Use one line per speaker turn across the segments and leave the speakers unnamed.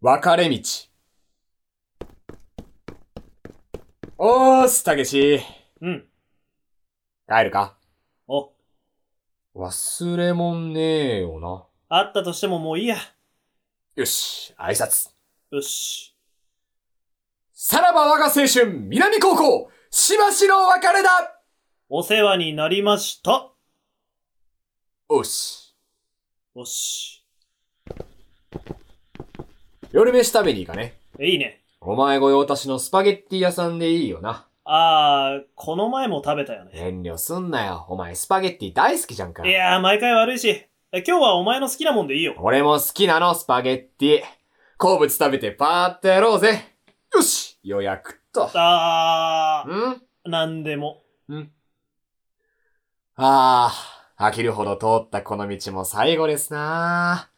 分かれ道。おーす、たけし。
うん。
帰るか
お、
忘れもんねえよな。
あったとしてももういいや。
よし、挨拶。
よし。
さらば我が青春、南高校、しばしの別れだ
お世話になりました。
おし。
よし。
夜飯食べに行かね。
いいね。
お前御用達のスパゲッティ屋さんでいいよな。
あー、この前も食べたよね。
遠慮すんなよ。お前スパゲッティ大好きじゃんか
い。やー、毎回悪いし。え今日はお前の好きなもんでいいよ。
俺も好きなの、スパゲッティ。好物食べてパーってやろうぜ。よし予約っと。
あ
ん
ー、なんでも。
ああ、飽きるほど通ったこの道も最後ですな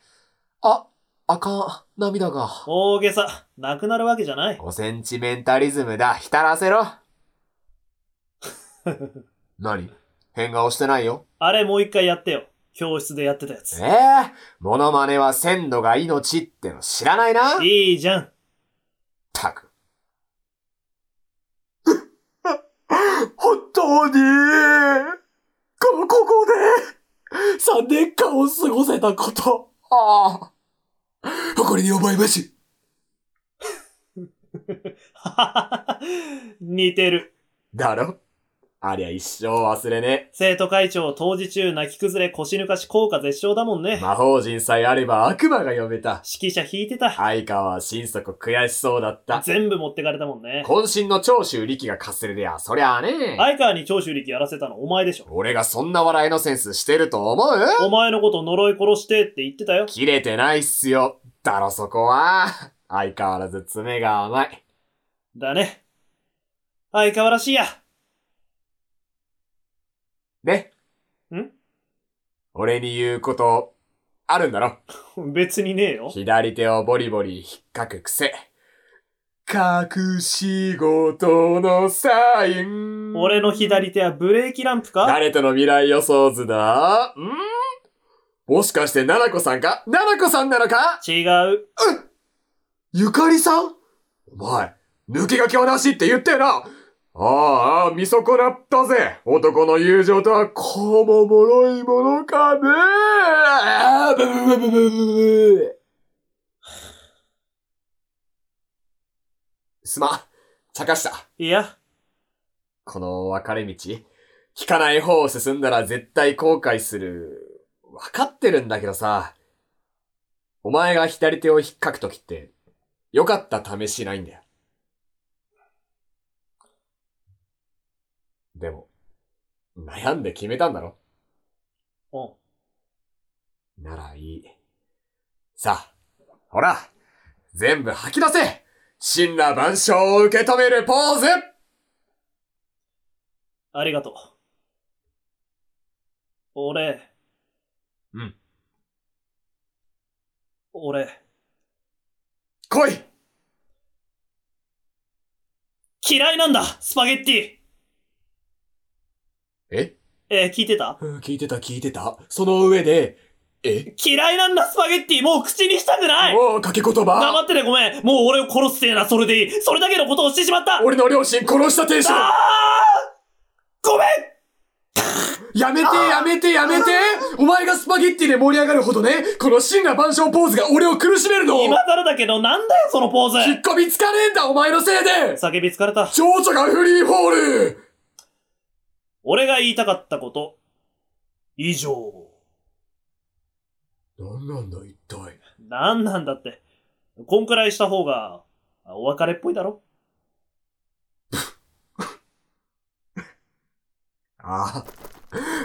あ、あかん、涙が。
大げさ。なくなるわけじゃない。
おセンチメンタリズムだ、浸らせろ。 何変顔してないよ。
あれもう一回やってよ。教室でやってたや
え
つ
え。モノマネは鮮度が命っての知らないない
いじゃん。
ったく。本当に、この高校で、3年間を過ごせたこと、ああ、誇りに思います。
はははは似てる。
だろありゃ一生忘れね
生徒会長当時中泣き崩れ腰抜かし効果絶唱だもん
え。
ね。
魔法人さえあれば悪魔が呼べた。
指揮者引いてた。
相川は心底悔しそうだった。
全部持ってかれたもんね。
渾身の長州力がかすれりゃ、そりゃあね
相川に長州力やらせたのお前でしょ。
俺がそんな笑いのセンスしてると思う
お前のこと呪い殺してって言ってたよ。
切れてないっすよ。だろそこは。相変わらず爪が甘い。
だね。相変わらしいや。
ね。
ん
俺に言うこと、あるんだろ。
別にねえよ。
左手をボリボリ引っかく癖。隠し事のサイン。
俺の左手はブレーキランプか
誰との未来予想図だんもしかして、奈々子さんか奈々子さんなのか
違う。
ゆかりさんお前、抜け駆けはなしって言ったよなああ、見損なったぜ男の友情とは、こももろいものかねああブブブブブブブすまん、茶化した。
いや、
この分かれ道引かない方を進んだら絶対後悔する。分かってるんだけどさ。お前が左手を引っかくときって、良かった試しないんだよ。でも、悩んで決めたんだろ
うん。
ならいい。さあ、ほら全部吐き出せ神羅万象を受け止めるポーズ
ありがとう。俺。
うん。
俺、
来い
嫌いなんだスパゲッティ
え
えー聞いてた
うん聞いてた聞いてた。その上で、え、
嫌いなんだスパゲッティもう口にしたくない
もう掛け言葉
黙っててごめんもう俺を殺すせいな、それでいいそれだけのことをしてしまった
俺の両親殺した天使だ
あーごめん
やめてやめてやめてお前がスパゲッティで盛り上がるほどね、この神羅万象ポーズが俺を苦しめるの
今更だけどなんだよそのポー
引っ
ズ
込みつかねえんだお前のせいで
叫び疲れた。
情緒がフリーフォール
俺が言いたかったこと、以上。
なんなんだ一体。
なんなんだって。こんくらいした方が、お別れっぽいだろ
ああ。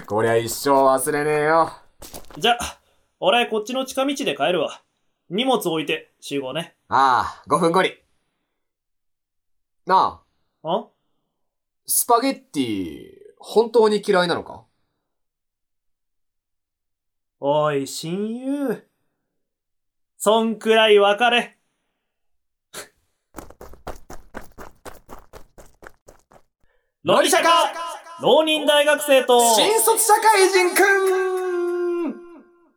こりゃ一生忘れねえよ。
じゃあ、俺こっちの近道で帰るわ。荷物置いて集合ね。
ああ、5分後に。なあ、
ん
スパゲッティ、本当に嫌いなのか
おい、親友。そんくらい別れ。ロリシャカ浪人大学生と、
新卒社会人く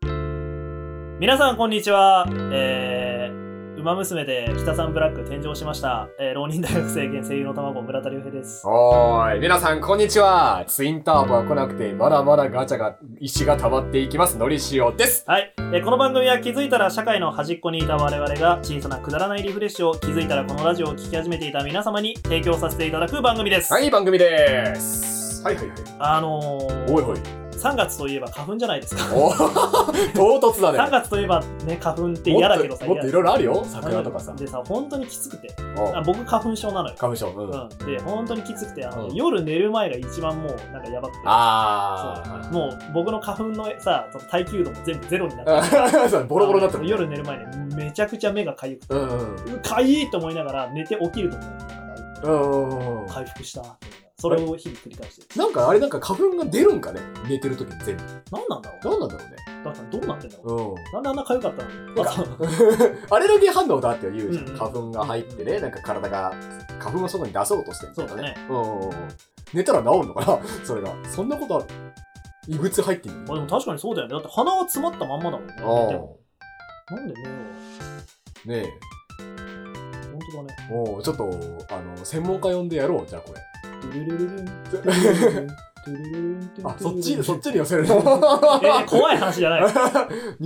ん
皆さんこんにちは。えー、生馬娘で北さんブラック転生しました。えー浪人大学生現声優の卵、村田良平です。
おーい、皆さんこんにちは。ツインターボは来なくて、まだまだガチャが、石が溜まっていきます。のりしおです。
はい、えーこの番組は気づいたら社会の端っこにいた我々が小さなくだらないリフレッシュを気づいたらこのラジオを聞き始めていた皆様に提供させていただく番組です。
はい、番組でーす。はいはいはい。
あのー、
おいおい。
3月といえば花粉じゃないですか。
おー唐突だ ね。
3月といえばね、花粉って嫌だけどさ、
もっともっといろいろあるよ。桜とかさ。
でさ、本当にきつくて。
お
あ僕、花粉症なのよ。
花粉症。うん。あ
うん、で、本当にきつくて、あの、
うん
夜寝る前が一番もう、なんかやばくて。そう
あ
もう、僕の花粉のさ、その耐久度も全部ゼロになってる。
ー。そう ボロボロになって
あの
る。
夜寝る前に、めちゃくちゃ目がかゆくて、
うんうん。
うかゆいと思いながら寝て起きると思う。
うんうんうん。
回復したなって思いながらそれを日々繰り返してる。
なんかあれなんか花粉が出るんかね寝てる時に全部。
何なんだろう
何なんだろうね。
だからどうなってんだろう、
うん。
なんであんなかゆかったの
なんか
あそう
あれだけ反応だって言うじゃん。
うんうん
花粉が入ってね、なんか体が花粉を外に出そうとしてるん
そうだね。
うんうんうん。寝たら治るのかな それが。そんなことある異物入ってん
まあ
の
でも確かにそうだよね。だって鼻は詰まったまんまだもんね。なんでね
うん。ねえ。
えよ。本当だね。
もうちょっと、あの、専門家呼んでやろう、じゃあこれ。
ドゥルルルルン。ドゥルルルルン。ドゥルルルルン
あ、そっち、そっ
ち。
ちに寄せるの
えー、怖い話じゃな い。
ニ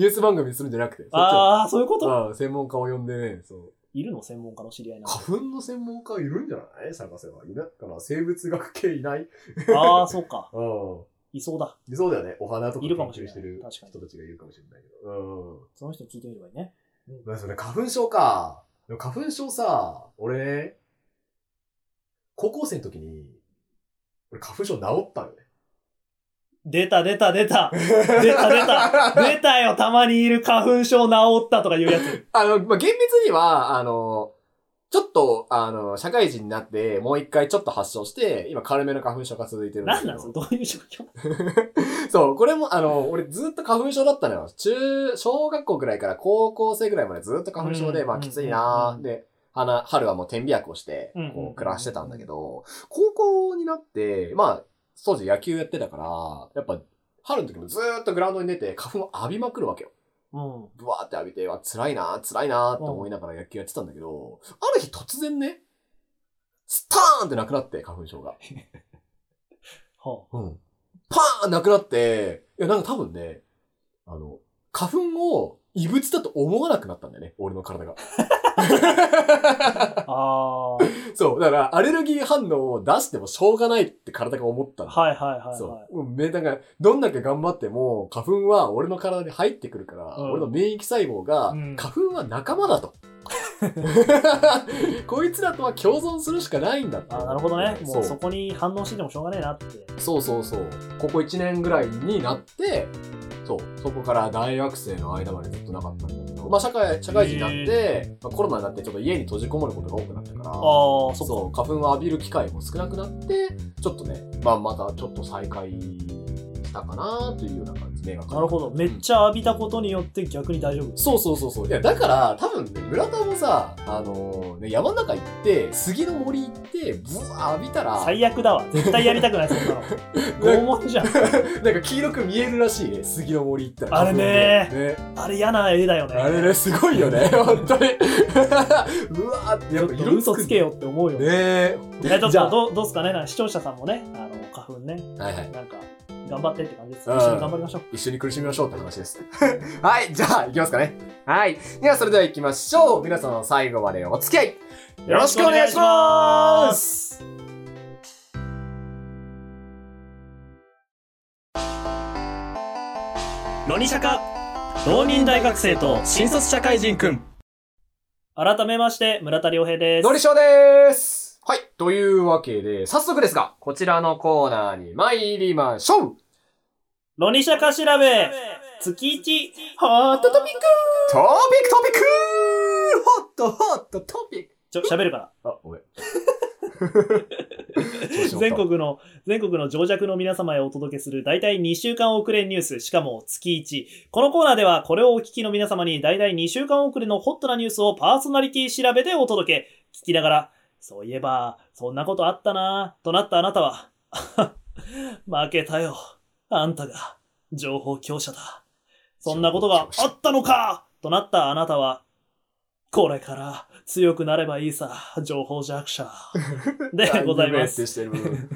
ュース番組するんじゃなくて、そっちを
ああ、そういうこと
うん専門家を呼んでね、そう。
いるの専門家の知り合いな
花粉の専門家いるんじゃない探せば。いないかな生物学系いない
の。ああ、そうか。
うん。
いそうだ。
でそうだよね。お花とか
いるかもしれ
研究
な
し
い
てる
確かに
人たちがいるかもしれないけど。うん。
その人に聞いてみればいいね。
まあ、それ花粉症か。でも花粉症さ、俺ね、高校生の時に、俺花粉症治ったのよね。
出た出た出た 出た 出た出たよたまにいる花粉症治ったとかいうやつ。
あの、まあ、厳密には、あの、ちょっと、あの、社会人になって、もう一回ちょっと発症して、今軽めの花粉症が続いてるんです
なん
けど。
なんそれどういう状 況
そう、これも、あの、俺ずっと花粉症だったのよ。中、小学校ぐらいから高校生ぐらいまでずっと花粉症で、
うん
まあきついな
う
ー
ん
で、花、春はもう天秤薬をして
うん、
こう暮らしてたんだけど、高校になって、まあ、当時野球やってたから、やっぱ、春の時もずーっとグラウンドに出て、花粉を浴びまくるわけよ。
うん。
ブワーって浴びて、わ、辛いなー、辛いなーって思いながら野球やってたんだけど、ある日突然ね、スターンってなくなって、花粉症が。
は
うん。パーンなくなって、いや、なんか多分ね、あの、花粉を異物だと思わなくなったんだよね、俺の体が。
あ、あー。
そう、だから、アレルギー反応を出してもしょうがないって体が思ったの。
はいはいはいは
そう。もうめ、なんか、どんだけ頑張っても、花粉は俺の体に入ってくるから、
うん
俺の免疫細胞が、
うん
花粉は仲間 だと。 こいつらとは共存するしかないんだって
い。あーなるほどね。も
そうう
そこに反応しててもしょうがねえなって。
そうそうそう。ここ1年ぐらいになって、そう、そこから大学生の間までずっとなかったんだけど、まあ社会、社会人になって
へ、
まあ、コロナになってちょっと家に閉じこもることが多くなったから、
ああ、
そう
そ
花粉を浴びる機会も少なくなって、ちょっとね、まあまたちょっと再開したかなというような感じ、ね、
っか。なるほど。めっ
ゃ
ちゃ浴びたことによって逆に大丈夫。
そうそうそうそう。いや、だから、多分ね、村田もさ、あのーね、山の中行って、杉の森行って、ブワー浴びたら、
最悪だわ。絶対やりたくない、そんな の。拷問じゃん。
なんか黄色く見えるらしいね、杉の森行ったら。
あれね
花粉でね
あれ嫌な絵だよね。
あれね、すごいよ ね、本当に。 うわーって、
ち
や
ょ
っ
っ
ぱ
と
色
嘘
く
つけよって思うよ。
ねえ。
えちょっ
じゃあ
とどうどうすかねなんか視聴者さんもね、あの花粉ね、
はいはい。
なんか頑張ってって感じです。
うん
一緒に頑張りましょう。
一緒に苦しみましょうって話です。 はい、じゃあ、行きますかね。はい。では、それでは行きましょう。皆様最後までお付き合い、よろしくお願いします
ロニシャカ浪人大学生と
新卒社会人くん。
改めまして村田亮平です
のりしょうでーすはい。というわけで、早速ですが、こちらのコーナーに参りましょう
ロニシャカ調べ月一ホットトピ
ト
ック
ピックトピックホットホットトピック
ちょ、喋るから。
あ、ごめ ん。
全国の、全国の情弱の皆様へお届けする大体2週間遅れニュース、しかも月1。このコーナーではこれをお聞きの皆様に大体2週間遅れのホットなニュースをパーソナリティ調べでお届け。聞きながら、そういえば、そんなことあったなぁ、となったあなたは、 負けたよ。あんたが、情報強者だ。そんなことがあったのかとなったあなたは、これから強くなればいいさ、情報弱者。でございま
って
す。
してる部分。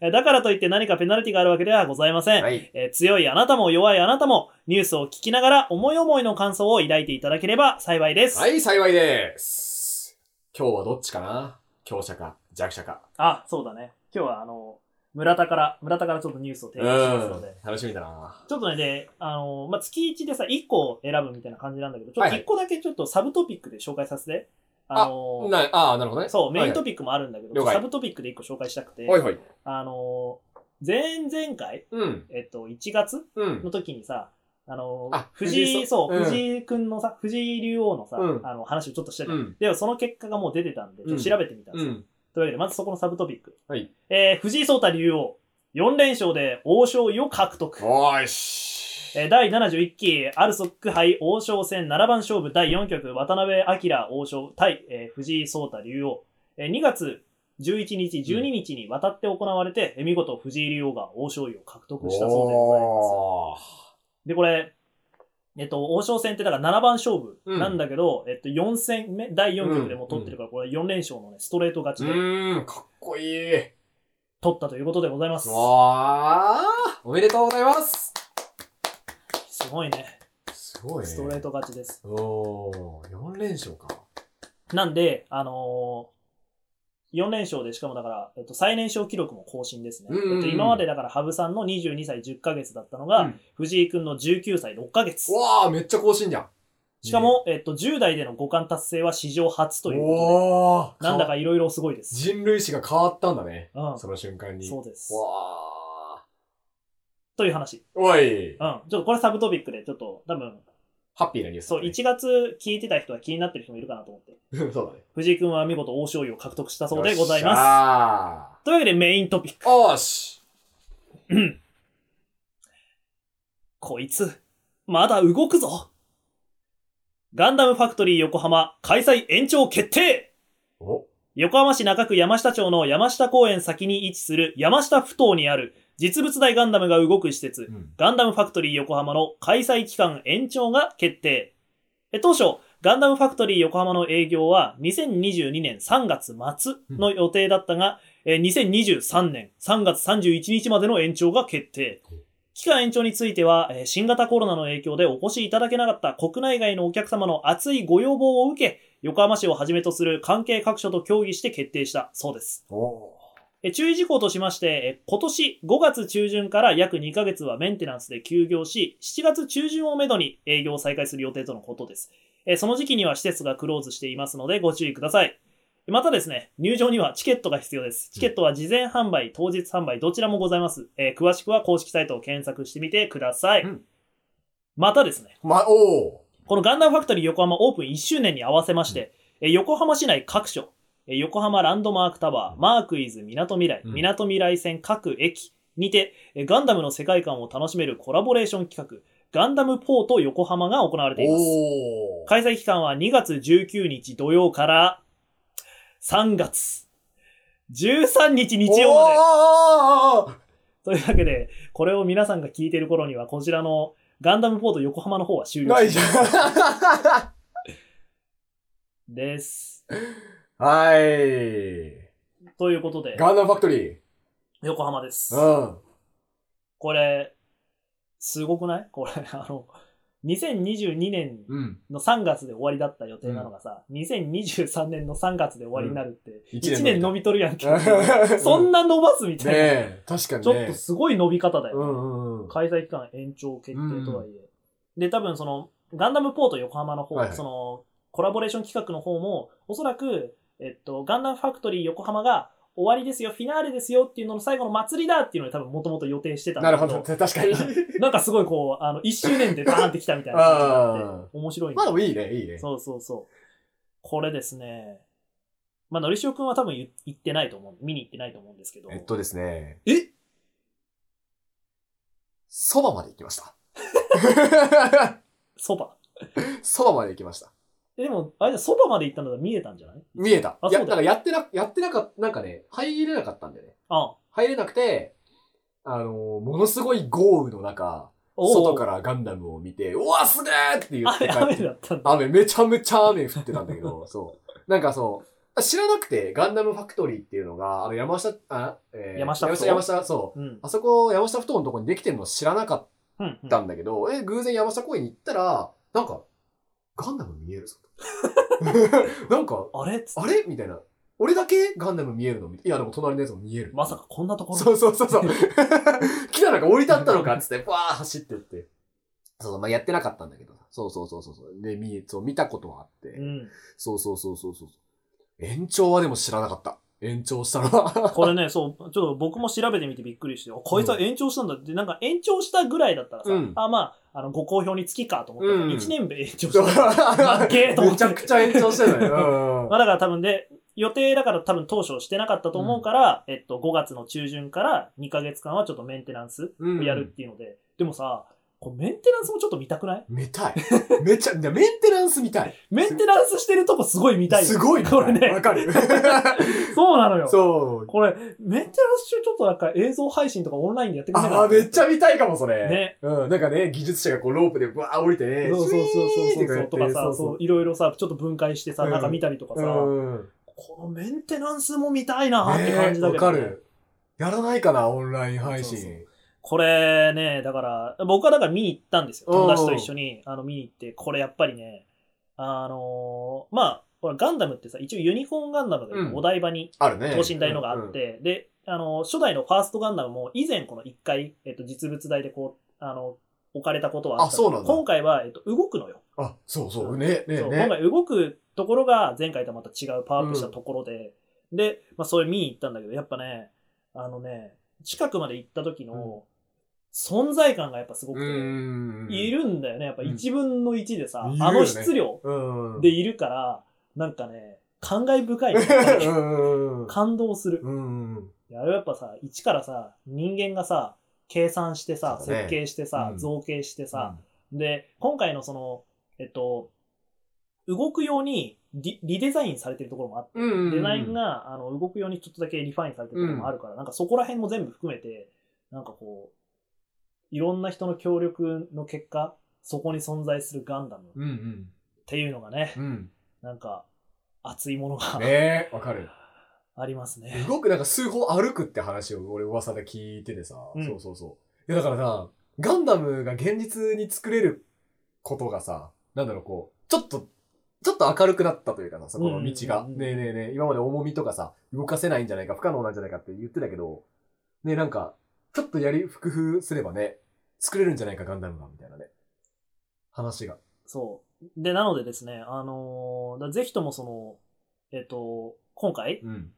えだからといって何かペナルティがあるわけではございません。
はい。
えー強いあなたも弱いあなたもニュースを聞きながら思い思いの感想を抱いていただければ幸いです。
はい、幸いです。今日はどっちかな強者か、弱者か。
あ、そうだね。今日はあの、村田から、村田からちょっとニュースを提
う
供しますの
ん
で。。
楽しみだな。
ちょっとね、で、あの、まあ、月1でさ、1個選ぶみたいな感じなんだけど、ちょ
は
っ
い
と
はい
1個だけちょっとサブトピックで紹介させて。あの、
なああ、なるほどね。
そう、メイント
ピ
ピックもあるんだけど、
了解
サブトピックで1個紹介したくて、
はいはい。
あの、前々回、
うん。
えっと、1月
うん
の。時にさ、あの、
あ
藤
藤
井、
井
そう、
うん
藤井くんのさ、藤井竜王のさ、
うん
あの、話をちょっとしてた
う
じゃん
ん。
でもその結果がもう出てたんで、ちょっと調べてみたんです
う
よ
ん。
というわけで、まずそこのサブトピック。
はい
えー藤井聡太竜王、4連勝で王将位を獲得。
おーし。
えー第71期、アルソック杯王将戦7番勝負第4局、渡辺明王将対、えー藤井聡太竜王。えー2月11日、12日にわたって行われて、えー見事藤井竜王が王将位を獲得したそうでございます。
おー
で、これ、えっと、王将戦ってだから7番勝負なんだけど、えっと、4戦目、第4局でもう取ってるから、これ4連勝のね、ストレート
う
勝ちで
ーん、かっこいい。
取ったということでございます。
わあ、おめでとうございます。
すごいね。
すごいね。
ストレー。ト勝ちです。
おー、4連勝か。
なんで、あのー、4連勝で、しかもだから、えっと、最年少記録も更新ですね。
うんうんうん
えっと、今までだから、羽生さんの22歳10ヶ月だったのが、
うん
藤井くんの19歳6ヶ月
う。わあ、めっちゃ更新じゃん。
しかも、えっと、10代での五冠達成は史上初というこ
おー
とで、なんだかいろいろすごいです。
人類史が変わったんだね。
うん。
その瞬間に。
そうです。
わあ。
という話。
おい、
うん。ちょっとこれサブトピックで、ちょっと多分、
ハッピーなニュース
そ
だ
う、
ね。
1月聞いてた人は気になってる人もいるかなと思って。
そうだね。
藤井くんは見事王将位を獲得したそう
よっ
で
しゃー
ございます。というわけでメイントピック。
おーし。
こいつ、まだ動くぞガンダムファクトリー横浜開催延長決定
お
横浜市中区山下町の山下公園先に位置する山下ふ頭にある実物大ガンダムが動く施設、
うん。
ガンダムファクトリー横浜の開催期間延長が決定。え当初、ガンダムファクトリー横浜の営業は2022年3月末の予定だったが、えー2023年3月31日までの延長が決定。期間延長については、えー新型コロナの影響でお越しいただけなかった国内外のお客様の熱いご要望を受け、横浜市をはじめとする関係各所と協議して決定したそうです。
お
えー注意事項としまして、えー今年5月中旬から約2ヶ月はメンテナンスで休業し、7月中旬をめどに営業を再開する予定とのことです。えーその時期には施設がクローズしていますのでご注意ください。またですね、入場にはチケットが必要です。チケットは事前販売、当日販売、どちらもございます。えー詳しくは公式サイトを検索してみてください。
うん
またですね、
ま、お
このガンダムファクトリー横浜オープン1周年に合わせまして、え横浜市内各所、え横浜ランドマークタワー、マークイズ港未来、
うん
港未来線各駅にて、えガンダムの世界観を楽しめるコラボレーション企画、ガンダムポート横浜が行われ
ー。
ています。
おー。
開催期間は2月19日土曜から3月13日日曜まで。
おー
というわけで、これを皆さんが聞いてる頃には、こちらのガンダムポート横浜の方は終了
ないじゃん。
です。
はい。
ということで、
ガンダムファクトリー。
横浜です。
うん。
これ、すごくないこれ、 あの、2022年
うん。
の3月で終わりだった予定なのがさ、2023年の3月で終わりになるって、
うん
1
一
年
年
伸
伸
びとるやんけ。 そんな伸ばすみた
ね
いな、
え、確かにね。
ちょっとすごい伸び方だ
う
よ、
んうんうん。
開催期間延長決定とはいえ。で、多分その、ガンダムポート横浜の方、
はいはい
その、コラボレーション企画の方も、おそらく、えっと、ガンダムファクトリー横浜が終わりですよ、フィナーレですよっていうのの最後の祭りだっていうのに多分もともと予定してたん
な
だ
る
け
ほ
ど
ど。、確かに。
なんかすごいこう、あの、一周年でバーンってきたみたいな感じになって、面白いね
まあでもいいね、いいね。
そうそうそう。これですね。まあ、のりしおくんは多分言行ってないと思う。見に行ってないと思うんですけど。
えっとですね。
え
そばまで行きま した。
そば。
そばまで行きました。
えでも、あれじゃそばまで行ったのが見えたんじゃない
見えた。
あ
いや、な
そうんだ
かやってな、やってなかった、なんかね、入れなかったんだよね。
あ
入れなくて、あのー、ものすごい豪雨の中、
おう
外からガンダムを見て、うわ、すげえって言って
雨、
帰っ
雨
て
だったんだ。
雨、めちゃめちゃ雨降ってたんだけ ど、そう。なんかそう、知らなくて、ガンダムファクトリーっていうのが、あの、山下、あ、えー
山下
山
ふ頭
下、山下そう。
うん。
あそこ、山下ふ頭のとこにできてるの知らなかっ
うんうん
たんだけど、え、偶然山下公園に行ったら、なんか、ガンダム見えるぞ。 なんか、
あれつって
あれみたいな。俺だけガンダム見えるのみたいいや、でも隣のやつも見える。
まさかこんなところ
そうそうそう そう。来たのか降り立ったのかっつ って、バー走ってって。そうそう、まあ、やってなかったんだけど。そうそうそうそうそう。で、見、そう、見たことはあって。
うん。
そうそうそうそうそう。延長はでも知らなかった。延長したのは。
これね、そう、ちょっと僕も調べてみてびっくりして、あこいつは延長したんだって、なんか延長したぐらいだったらさ、
うん
あ、まあ、あの、ご好評につきかと思ったら、
うん
1年で延長し
そう
た。なっけーと思っ て
めちゃくちゃ延長してたね。うんうん
まあだから多分で、予定だから多分当初してなかったと思うから、えっと、5月の中旬から2ヶ月間はちょっとメンテナンス
うん。
やるっていうので、でもさ、これメンテナンスもちょっと見たくない
見たい。めちゃ、いやメンテナンス見たい。
メンテナンスしてるとこすごい見たいよ
すごい見たい
これね
わか る。
そうなのよ。
そう。
これ、メンテナンス中ちょっとなんか映像配信とかオンラインでやってくれないかな
ああ、めっちゃ見たいかも、それ。
ね。
うん。なんかね、技術者がこう、ロープでブワー降りてね。
そうそうそうそう
シ
そ
ュイーって
うそ
や
う
って
とかさ、
そ
そうう、いろいろさ、ちょっと分解してさ、
うん
なんか見たりとか
そう
さ、
うん。
このメンテナンスも見たいなーっ
ね
て感じだ
わ
けど
か
ね、
る。やらないかな、オンライン配
そうそ
信。
これね、だから、僕はだから見に行ったんですよ。
うん
友達と一緒に、あの、見に行って、これやっぱりね、あのーまあ、ほらガンダムってさ、一応ユニコーンガンダム
うん
でお台場に
あるね。
等身大のがあって、で、あの、初代のファーストガンダムも以前この1回、えっと、実物大でこう、あの、置かれたことはあった
あそうなんだ
今回は、えっと、動くのよ。
うん。あ、そうそう。ね、ね、
そう今
ね。
回動くところが前回とまた違うパワーアップしたところで、で、まあ、それ見に行ったんだけど、やっぱね、あのね、近くまで行った時の存在感がやっぱすごく
う
て、
ん。
いるんだよね。やっぱ1分の1でさ、
うん
あ
いるよ
の
ね
質量
うん。
でいるから、なんかね、感慨深い、
うんうんうん。
感動する。
うん。
いやあれはやっぱさ、一からさ、人間がさ、計算してさ、
そうだね
設計してさ、
うん
造形してさ、で、今回のその、えっと、動くようにリリデザインされてるところもあって、
うんうんうん
デザインがあの動くようにちょっとだけリファインされてるところもあるから、なんかそこら辺も全部含めて、なんかこう、いろんな人の協力の結果、そこに存在するガンダムっ
うんうん。
ていうのがね、
うん。
なんか熱いものが、
ねえ、わかる。
ありますね。
動くなんか数歩歩くって話を俺噂で聞いててさ、
うん
そうそうそう。いやだからさ、ガンダムが現実に作れることがさ、なんだろうこう、ちょっと、ちょっと明るくなったというかさ、そこの道が。
うんうんうんうん
ねえねえねえ、今まで重みとかさ、動かせないんじゃないか、不可能なんじゃないかって言ってたけど、ねえなんか、ちょっとやり、工夫すればね、作れるんじゃないか、ガンダムが、みたいなね。話が。
そう。で、なのでですね、あのーだぜひともその、えっと、今回、
うん。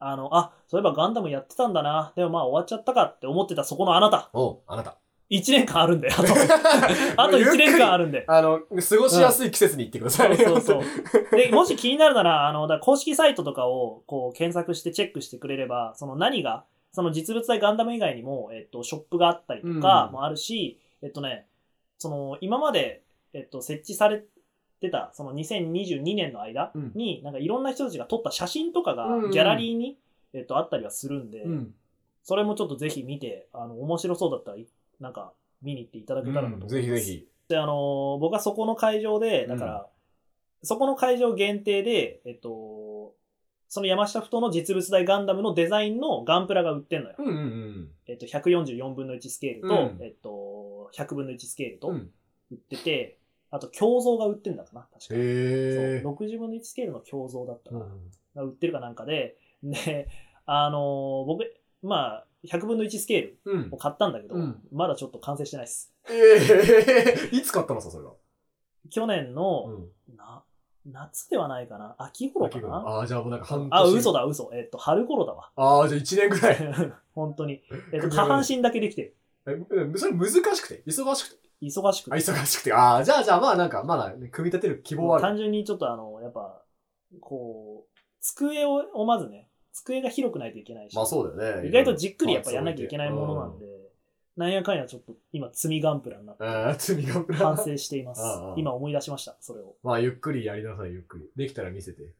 あの、あ、そういえばガンダムやってたんだな。でもまあ終わっちゃったかって思ってたそこのあなた。
おうあなた。
1年間あるん だよ。あと、 あ
あ
と1年 間あ
る。
るんで。
あの、過ごしやすい季節に行ってくださ
そ
い。
うそ うそう。で、もし気になるなら、あの、だから公式サイトとかを、こう、検索してチェックしてくれれば、その何が、その実物大ガンダム以外にも、えっと、ショップがあったりとか
うん
もあるし、えっとね、その、今まで、えっと、設置されてた、その2022年の間に、なんかいろんな人たちが撮った写真とかが
うんうん、
ギャラリーに、えっと、あったりはするんで、
うん。
それもちょっとぜひ見て、あの、面白そうだったらい、なんか、見に行っていただけたらなと思います。
ぜひぜひ。
で、あのー僕はそこの会場で、だから、そこの会場限定で、えっと、その山下ふ頭の実物大ガンダムのデザインのガンプラが売ってんのよ。
うんうんうん。
えっと、144分の1スケールと、
うん
えっと、100分の1スケールと
う
売
ん、
ってて、あと、胸像が売ってんだかな、確かに。
へ
そう60分の1スケールの胸像だったか
ー
な。が売ってるかなんかで、で、あのー僕、まあ、100分の1スケール
うん
を。買ったんだけど、
うん
まだちょっと完成してないです。
えー、い つ買ったのさ、それは。
去年の、
ん。
な、夏ではないかな秋頃かな
ああ、じゃあもうなんか半年。
あ、嘘。だ、嘘。えっと、春頃だわ。
ああ、じゃあ1年くらい。
本当に。えっと、下半身だけできてる。
え、うんそれ難しくて、忙しくて。
忙しく
あ、
て。
忙しくて。ああ、じゃあじゃあまあなんか、まだ、ね、組み立てる希望はある。
単純にちょっとあの、やっぱ、こう、机ををまずね、机が広くないといけないし、
まあそうだよね。
意外とじっくりやっぱやんなきゃいけないものなんで、なんやかんやちょっと今、積みガンプラになって
うん。ああ、罪がプ
反省しています
ああああ。
今思い出しました、それを。
まあゆっくりやりなさい、ゆっくり。できたら見せて。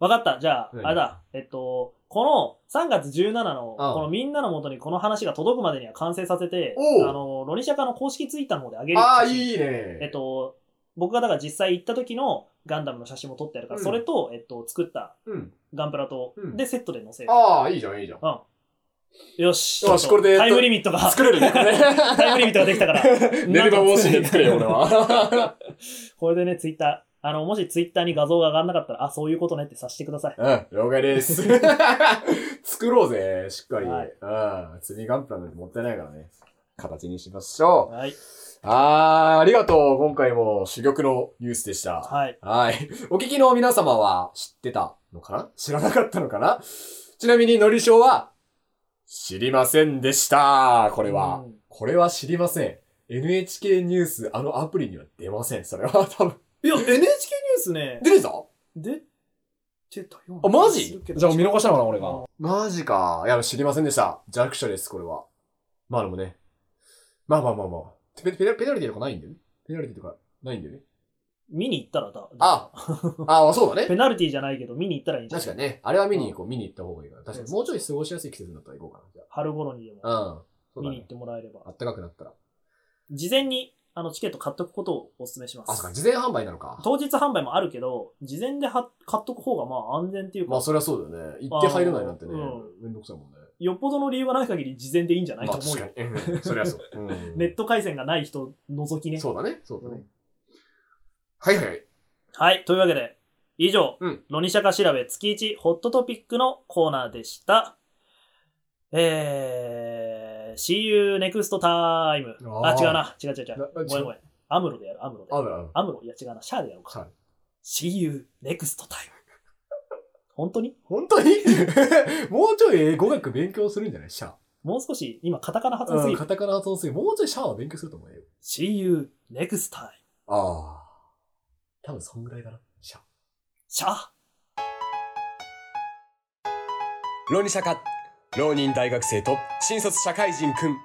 わかった。じゃあ、
うん
あれだ。えっと、この3月17の、
ああ
このみんなの元にこの話が届くまでには完成させて
お、う
あの、ロニシャカの公式ツイッターの方で上げるよ
ああ、
写真
いいね。
えっと、僕がだから実際行った時のガンダムの写真も撮ってあるから、
うん
それと、えっと、作った
うん。
ガンプラと、
うん
で、セットで載せる。
ああ、いいじゃん、いいじゃん。よ
よし。
し
ちょっと
これで
タイムリミットが、
作れるね、これ。
タイムリミットができた から。
寝ればもしに作れよ、俺は。
これでね、ツイッター、あの、もしツイッターに画像が上がんなかったら、あ、そういうことねってさせてください。
うん、了解 です。作ろうぜ、しっかり。
はい
うん。釣りガンプラなんてもったいないからね。形にしましょ
はい。
う。あー、ありがとう。今回も珠玉のニュースでした。
はい。
はい。お聞きの皆様は知ってたのかな知らなかったのかなちなみに、のりしょうは、知りませんでした。こ
こ
れは。これは知りません。NHK ニュース、あのアプリには出ません。それは多分。
いや、NHK ニュースね、
出るぞ
出てたよ
あ、マジじゃあ見逃したのかな、俺
あ
が。マジか。いや、知りませんでした。弱者です、これは。まあでもね。まあまあまあまあ。ペペペペナルティとかないんだよね。ペナルティとかないんだよね。
見に行ったらだ。
あ、ああ、そうだね。
ペナルティじゃないけど、見に行ったらいいんじゃん。
確かにね。あれは見に行こう、見に行った方がいいから。確かに、もうちょい過ごしやすい季節になったら行こうかな。じ
春頃にでも、
ゃあうん。そ
見
う
に
だ
行っ
ね。
てもらえれば。
あったかくなったら。
事前に、あの、チケット買っとくことをお勧めしま
あ、そっか、
す。
事前販売なのか。
当日販売もあるけど、事前では買っとく方がまあ安全っていうか、
まあ、そりゃそうだよね。行って入れないなんてね
あーう。
めんどくさいもんね。
よっぽどの理由がない限り事前でいいんじゃない
ま
と
あ、
思う
確
よ
か。に。うんそりゃ そう。うん
ネット回線がない人除きね。
そうだね。そうだね。はいはいはい。
はい。というわけで、以上、
うん
ロニシャカ調べ月1ホットトピックのコーナーでした。えー、See you next time. あ
あー
違うな。違う違う違う
あ違。う
ごめんごめん。アムロでやる、アムロで。
あるある。
アムロ、いや違うな。シャアでやろうか。
はい
See you next time. 本当に
本当に もうちょい英語学勉強するんじゃないシャア。
もう少し、今、カタカナ発音す
うん、
ぎる。
カタカナ発音する。もうちょいシャアは勉強すると思うよ。
See you next time.
ああ。多分そんぐらいだな。シャア。
シャア
浪人社科浪人大学生と新卒社会人くん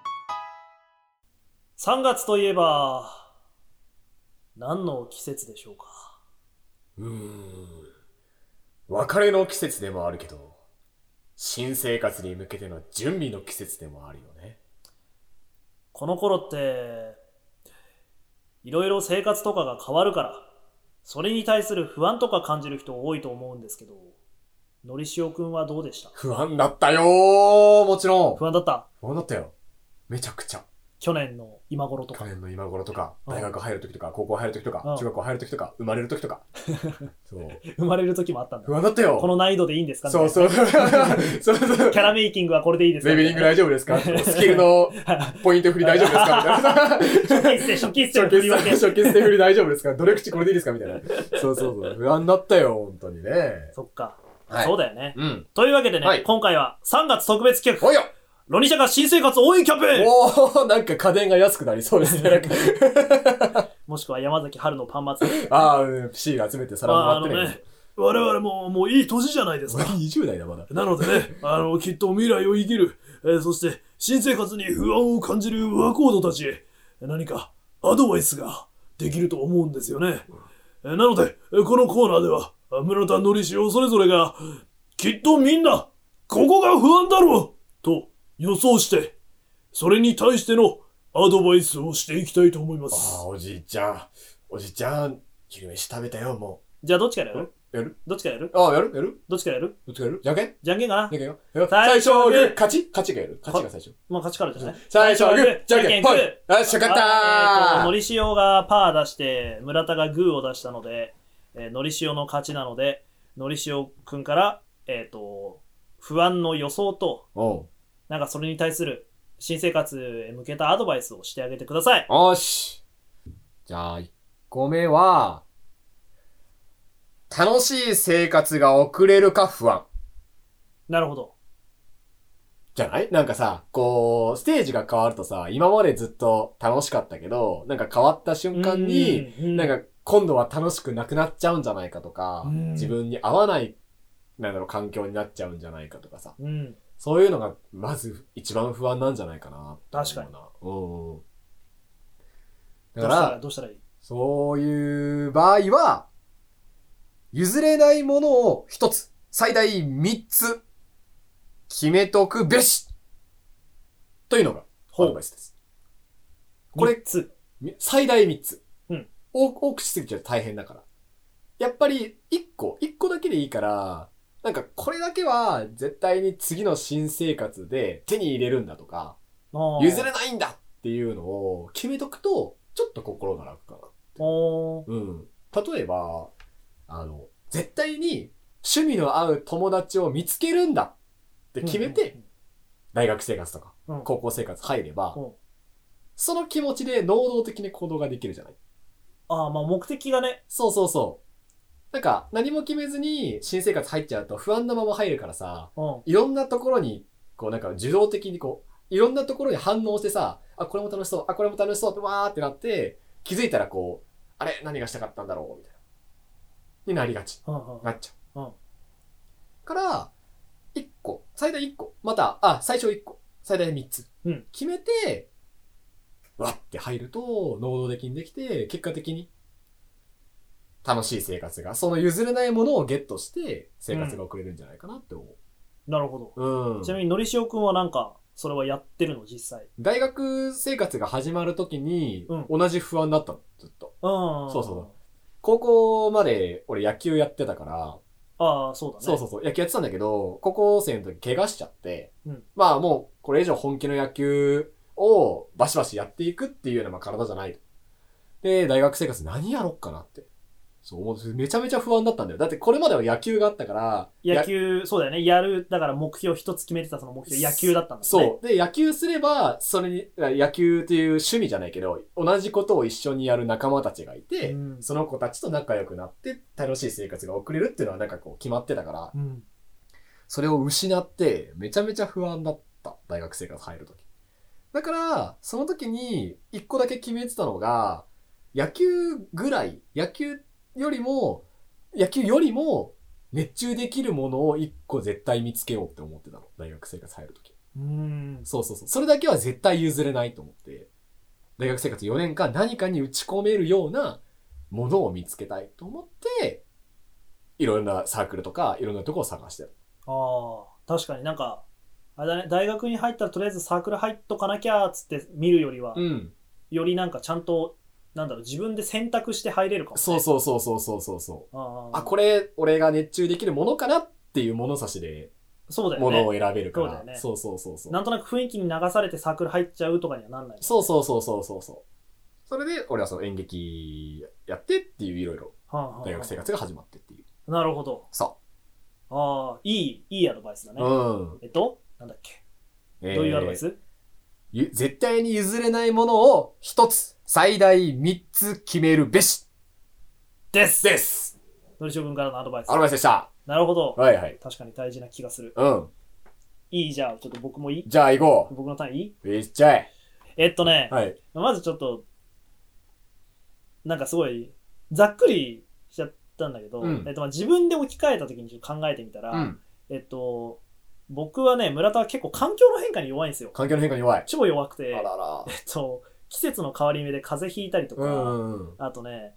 3月といえば、何の季節でしょうか。
うーん。別れの季節でもあるけど、新生活に向けての準備の季節でもあるよね。
この頃って、いろいろ生活とかが変わるから、それに対する不安とか感じる人多いと思うんですけど、のりしおくんはどうでした
不安だったよーもちろん
不安だった
不安だったよ。めちゃくちゃ。
去年の今頃と
去
か。
年の今頃とか、
うん
大学入る時とか、高校入る時と
う
か
ん、
中学校入る時とか、生まれる時 とか。そう。
生まれる時もあったんだ。
不安だったよ
この難易度でいいんですか
そうそう。 そうそう
キ。ャラメイキングはこれでいいですか
レベリング大丈夫です かスキルのポイント振り大丈夫ですかみたいな。
初期捨て、初期捨ての
初見ス
振り分
テ
け。
初見ステ振り大丈夫ですかどれ口これでいいですかみた いな。そうそうそう。不安だったよ、本当にね。
そっか、
はい
そうだよね。
うん。
というわけでね、
はい
今回は3月特別企画、
おいよ
ロニシャが新生活応援キャンペーン
おー、なんか家電が安くなりそうですね。なん か
もしくは山崎春のパン祭り。
あー、PC 集めて皿も
あ
ら
あ
っ
の
てない
ね、我々ももういい年じゃないです
俺
か。
20代だ、まだ。
なのでね、 あの、きっと未来を生きる、えーそして新生活に不安を感じる若者たちへ、何かアドバイスができると思うんですよね。えーなので、えーこのコーナーでは、あ村田のりしおそれぞれが、きっとみんな、ここが不安だろうと予想して、それに対してのアドバイスをしていきたいと思いま
あ
す
ー、。おじいちゃん。おじいちゃん、昼飯食べたよ、も
じゃあどっちからやる
う。やる
どっちからやる
あー、やるやる
どっちからやる
どっちがやるじゃんけん
じゃんけんかな
じゃんけんよ。やる
最
最
初
初
は
は
グ
グ
ー
ー、勝ち勝ちがやる。勝ちが最初。
まあ勝ちからじゃない
最初はグー、じゃんけん、ぽい。よし、よかっ
はいえーと、
た
の
ー
りしおがパー出して、村田がグーを出したので、えーのりしおの勝ちなので、のりしおくんから、えっ、と、不安の予想と、
おう
なんかそれに対する新生活へ向けたアドバイスをしてあげてください。
よし。じゃあ、1個目は、楽しい生活が送れるか不安。
なるほど。
じゃないなんかさ、こう、ステージが変わるとさ、今までずっと楽しかったけど、なんか変わった瞬間に、
うん、
なんか今度は楽しくなくなっちゃうんじゃないかとか
う、ん
自分に合わない、なんだろう、環境になっちゃうんじゃないかとかさ、
うん、
そういうのがまず一番不安なんじゃないかな。
確かに。
うんうん。だ
ど
か
うしたら
ら、
どうしたらいい
そういう場合は、譲れないものを一つ、最大三つ、決めとくべしというのが、ア
ほう
ドバイスです。これ
三つ。
み最大3つ。
うん
多く。多くしすぎちゃうと大変だから。やっぱり1個、1個だけでいいから、なんかこれだけは絶対に次の新生活で手に入れるんだとか、
あー
譲れないんだっていうのを決めとくと、ちょっと心が楽か
おー
な。うん。例えば、あの、絶対に趣味の合う友達を見つけるんだって決めて、、大学生活とか
うん
高校生活入れば
うん、
その気持ちで能動的に行動ができるじゃない。
ああ、まあ目的がね。
そうそうそう。なんか、何も決めずに新生活入っちゃうと不安なまま入るからさ、
うん。
いろんなところに、こうなんか受動的にこう、いろんなところに反応してさ、あ、これも楽しそう、あ、これも楽しそうってわーってなって、気づいたらこう、あれ何がしたかったんだろうみたいな。になりがち。
うんうん
なっちゃう。
うん
から、一個、最大一個、また、あ、最小一個、最大三つ。
うん
決めて、わって入ると、能動的にできて、結果的に、楽しい生活が、その譲れないものをゲットして、生活が送れるんじゃないかなって思
なるほど。
う。うん。
ちなみに、のりしおくんはなんか、それはやってるの、実際。
大学生活が始まるときに、
うん
同じ不安だったの、ずっと。
うん。
そうそうそう高校まで、俺野球やってたから、
ああ、そうだね。
そうそうそう。野球やってたんだけど、高校生の時怪我しちゃって、
うん
まあもうこれ以上本気の野球をバシバシやっていくっていうようなまあ体じゃないと。で、大学生活何やろっかなって。そう、もうめちゃめちゃ不安だったんだよ。だってこれまでは野球があったから、
野球、そうだよね。やる、だから目標一つ決めてたその目標、野球だったんだもん
そ
ね。
う。で、野球すれば、それに、野球っていう趣味じゃないけど、同じことを一緒にやる仲間たちがいて、
うん
その子たちと仲良くなって、楽しい生活が送れるっていうのはなんかこう決まってたから、
うん。
それを失って、めちゃめちゃ不安だった。大学生活入るとき。だから、その時に、一個だけ決めてたのが、野球ぐらい、野球よりも、野球よりも、熱中できるものを一個絶対見つけようって思ってたの。大学生活入るとき。
うん。
そうそうそう。それだけは絶対譲れないと思って、大学生活4年間何かに打ち込めるようなものを見つけたいと思って、いろんなサークルとか、いろんなとこを探してる。
ああ、確かになんか、あれだね、大学に入ったらとりあえずサークル入っとかなきゃーっつって見るよりは、
うん。
よりなんかちゃんと、なんだろう、自分で選択して入れるかも、ね。
そうそうそうそうそうそうそう。
あー
あ、これ、俺が熱中できるものかなっていう物差しで、
そうだよ
ものを
ね。
選べるか
そうだ
ら
よ。ね
そうそうそうそう。
なんとなく雰囲気に流されてサークル入っちゃうとかにはなんない。
そうそうそうそうそうそう。それで、俺はその演劇やってっていう、いろいろ
はあはあはあ
大学生活が始まってっていう。
なるほど。
そ
ああ、いい、いいアドバイスだ
う。
ね。
うん。
えっと、なんだっけ。
どう
どういうアドバイス、
ゆ絶対に譲れないものを一つ、最大三つ決めるべし
です
です。
のりしおくんからのアドバイス
ア。ドバイスでした。
なるほど。
はいはい。
確かに大事な気がする。
うん。
いいじゃあ、ちょっと僕もいい
じゃあ行こ。
僕の単位いいう
いっちゃえ。
えっとね、
はい。
まずちょっと、なんかすごい、ざっくりしちゃったんだけど、
うん
えっと、まあ自分で置き換えた時にちょっと考えてみたら、
うん。
えっと、僕はね、村田は結構環境の変化に弱いんですよ。
環境の変化に弱い。
超弱く
あ
て、
らら。
えっと、季節の変わり目で風邪ひいたりとか、
うんうん。
あとね、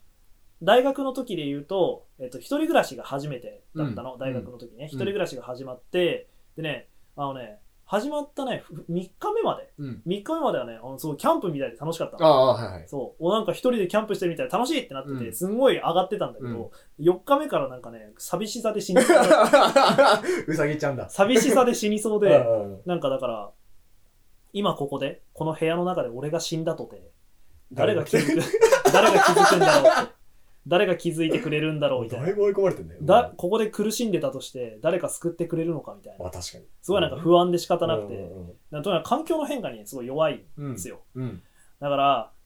大学の時で言うと、えっと、一人暮らしが初めてだったの、
うん
大学の時ね。一
うん
人暮らしが始まって、でね、あのね、始まったね、3日目まで。
うん。
3日目まではね、あのすごいキャンプみたいで楽しかった
あ
の。
あ、はいはい。
そう。お、なんか一人でキャンプしてるみたいで楽しいってなって
う
て、
ん
すんごい上がってたんだけど、4日目からなんかね、寂しさで死にそう。
うさぎちゃんだ。
寂しさで死にそう
う
で、
んうんうん
なんかだから、今ここで、この部屋の中で俺が死んだとて、誰が気づく、誰が気づくんだろうって。誰が気づいてくれるんだろうみたい
だ。
ない
ぶ追い込まれてんだよ。
だ、ここで苦しんでたとして、誰か救ってくれるのかみたい
ま
な
あ。確かに。
すごいなんか不安で仕方なく
う
て。
ん
なんかとにかく環境の変化にすごい弱いん
うんうん。
ですよ。
うん。
だか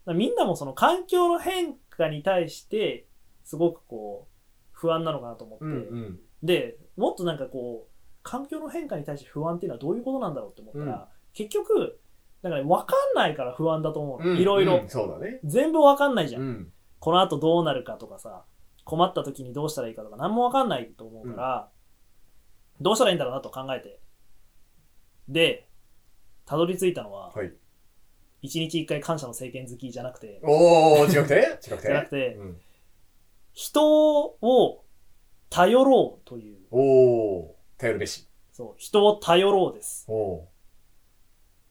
ら、みんなもその環境の変化に対して、すごくこう、不安なのかなと思って。
うんうん。
で、もっとなんかこう、環境の変化に対して不安っていうのはどういうことなんだろうって思ったら、
うん
結局、なんかね、わかんないから不安だと思うの。
うん
いろいろ。
うんそうだね。
全部わかんないじゃん。
ん。
この後どうなるかとかさ、困った時にどうしたらいいかとか、何もわかんないと思うから、どうしたらいいんだろうなと考えて。で、たどり着いたのは、
はい。
一日一回感謝の政権好きじゃなくて、
おー、違くて違くて
じゃなくて、
うん
人を頼ろうという、
おー、頼るべし。
そう、人を頼ろうです。
おー、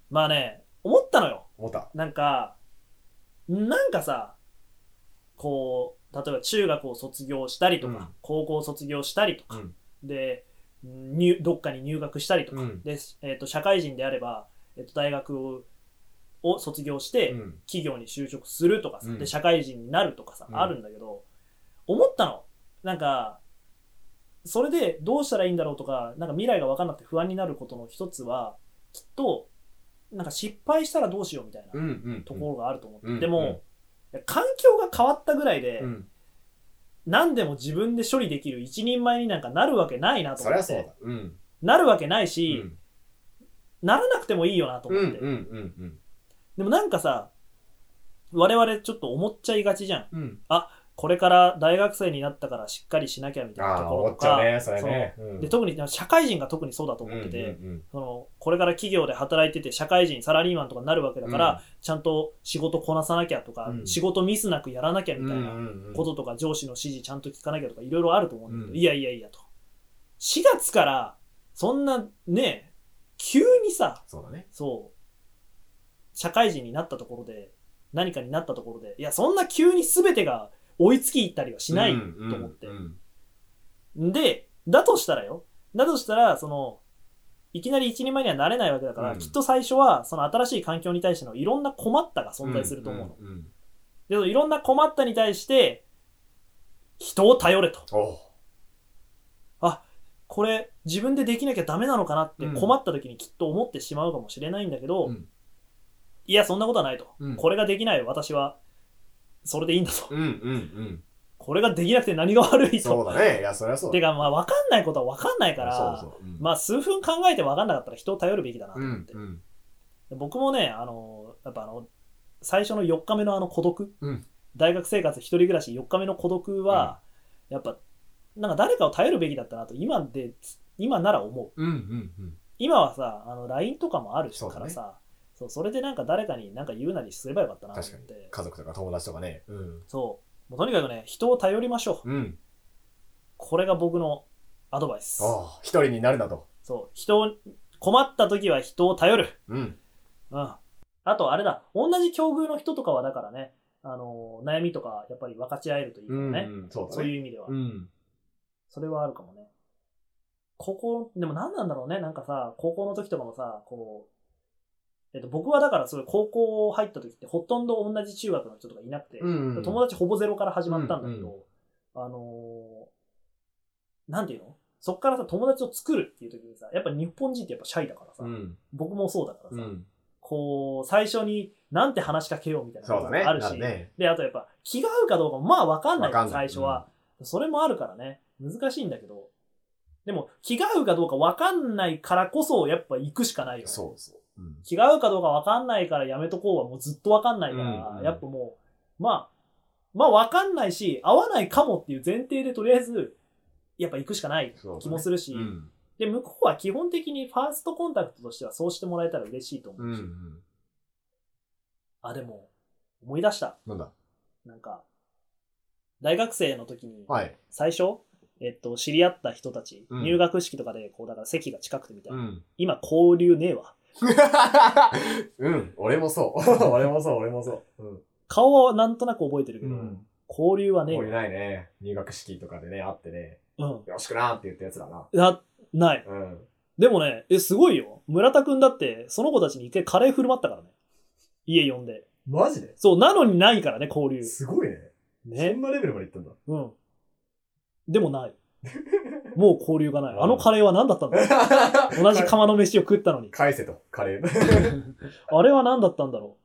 まあね、思ったのよ。
思った。
なんか、なんかさ、こう、例えば中学を卒業したりとか、
うん
高校を卒業したりとか、
うん
で、入どっかに入学したりとか、
うん
で、えっ、と、社会人であれば、えっ、と、大学をを卒業して、
うん。
企業に就職するとかさ、
うん
で社会人になるとかさ、
うん
あるんだけど思ったのなんかそれでどうしたらいいんだろうとかなんか未来が分かんなくて不安になることの一つはきっとなんか失敗したらどうしようみたい
うん
な
うん。
ところがあると思って、
うん
で
うん
も、いや環境が変わったぐらいで、
うん。
何でも自分で処理できる一人前になんかなるわけないなと
そ
思
りゃ
っ
そう
て
だ。うん。
なるわけないうし、
ん
ならなくてもいいよなと
うん
思
う
っ
ん
て、
うん
でもなんかさ我々ちょっと思っちゃいがちじゃん
うん。うん。
これから大学生になったからしっかりしなきゃみたい
あ
なと
あ、
ころ
思
と
っちゃ
か、
うね、それね。う
そ
ん
うで特に社会人が特にそうだと思ってて、
うんうん
そのこれから企業で働いてて社会人サラリーマンとかになるわけだから、
うん
ちゃんと仕事こなさなきゃとか、
うん
仕事ミスなくやらなきゃみたい
うん
な
うんうん
こととか、上司の指示ちゃんと聞かなきゃとかいろいろあると思うんだけど、
うん
いやいやいやと4月からそんなね急にさ
そうだね。
そう、社会人になったところで、何かになったところで、いや、そんな急に全てが追いつきいったりはしないと思って。
うんうん
で、だとしたらよ、だとしたら、その、いきなり一人前にはなれないわけだから、
うん
きっと最初は、その新しい環境に対してのいろんな困ったが存在すると思うの。
んん
でそのいろんな困ったに対して、人を頼れと。
おう
これ、自分でできなきゃダメなのかなって
うん
困った時にきっと思ってしまうかもしれないんだけど、
うん
いや、そんなことはないと。
うん
これができない私は、それでいいんだと。
うんうん
これができなくて何が悪
う
い
ん。そう
と。
だね。いや、そりゃそうだ
て。か、まあ、わかんないことはわかんないから、
そうそう。うん
まあ、数分考えてわかんなかったら人を頼るべきだなと
う
思っ
ん
て。
うん。
僕もね、あの、やっぱあの、最初の4日目のあの孤独、
うん
大学生活一人暮らし4日目の孤独は、やっぱ、なんか誰かを頼るべきだったなと、今で、今なら思う。
うんうんうん。
今はさあの LINE とかもある
そう
か
だね
らさそう、それでなんか誰かになんか言うなりすればよかったなと
確
思
か
っ
に
て。
家族とか友達とかね。うん。
そうもうとにかくね人を頼りましょう
うん。
これが僕のアドバイス
ああ、一人になるなと。
そう人を困った時は人を頼る
うん。
うんあとあれだ同じ境遇の人とかはだからねあの悩みとかやっぱり分かち合えるといいよね、
うん。そう
そ
だ
う
ね。
いう意味では、
うん。
それはあるかもねここでも何なんだろうねなんかさ高校の時とかもさこうえっと、僕はだからそれ高校入った時ってほとんど同じ中学の人とかいなくて、
うんうん
友達ほぼゼロから始まったんだけど、
うん
あのーなんていうのそっからさ、友達を作るっていう時にさ、やっぱ日本人ってやっぱシャイだからさ、
うん。
僕もそうだからさ、
うん。
こう、最初になんて話しかけようみたいな
そう
と
だ
が
ね。
ある
な
し、
ね。
で、あとやっぱ気が合うかどうかもまあわかんないから
わかんな
最
い
初は、それもあるからね、難しいんだけど、でも気が合うかどうかわかんないからこそやっぱ行くしかないよね。
そうそう。うん。
気が合うかどうか分かんないからやめとこうはもうずっと分かんないから、
うんうん
やっぱもう、まあ、まあ分かんないし、合わないかもっていう前提でとりあえず、やっぱ行くしかない
そうだね
気もするし、
うん。
で、向こうは基本的にファーストコンタクトとしてはそうしてもらえたら嬉しいと思
う
う。
んうん。
あ、でも、思い出した。
なんだ
なんか、大学生の時に、
はい。
最初、えっと、知り合った人たち、
うん
入学式とかで、こう、だから席が近くてみたいな。
ん。
今、交流ねえわ。
うん。 俺も そう。俺もそう、俺もそう。うん。
顔はなんとなく覚えてるけど、
うん。
交流はねえ
も
わ
うい。ないね。入学式とかでね、会ってね、
うん。
よろしくなーって言ったやつだな。
な、ない。
うん。
でもね、え、すごいよ。村田くんだって、その子たちに一回カレー振る舞ったからね。家呼んで。
マジで
そう、なのにないからね、交流。
すごいね。そ
ね。
んなレベルまでいったんだ。。
うん。でもない。もう交流がない。あのカレーは何だったんだろう同じ釜の飯を食ったの に
返せと、カレー。
あれは何だったんだろ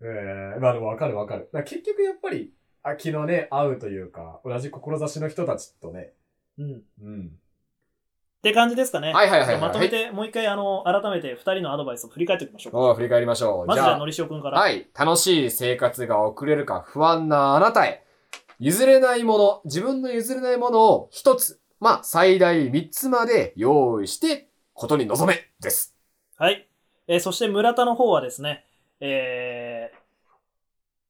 ええまあでもわかるわかる。だから結局やっぱり、あ昨日ね、会うというか、同じ志の人たちとね。
う。うん。っ
うん。
て感じですかね。
はいはいはい
じ
はい
ゃあまとめて、もう一回、あの、改めて二人のアドバイスを振り返っておきましょうか。
おう振り返りましょう。
まずじゃあ、のりしおくんから。
はい。楽しい生活が送れるか不安なあなたへ。譲れないもの、自分の譲れないものを一つ、まあ最大三つまで用意して、ことに臨めです。
はい。えーそして村田の方はですね、えー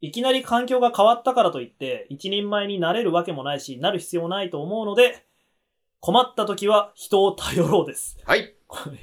いきなり環境が変わったからといって、一人前になれるわけもないし、なる必要ないと思うので、困った時は人を頼ろうです。
はい。
これ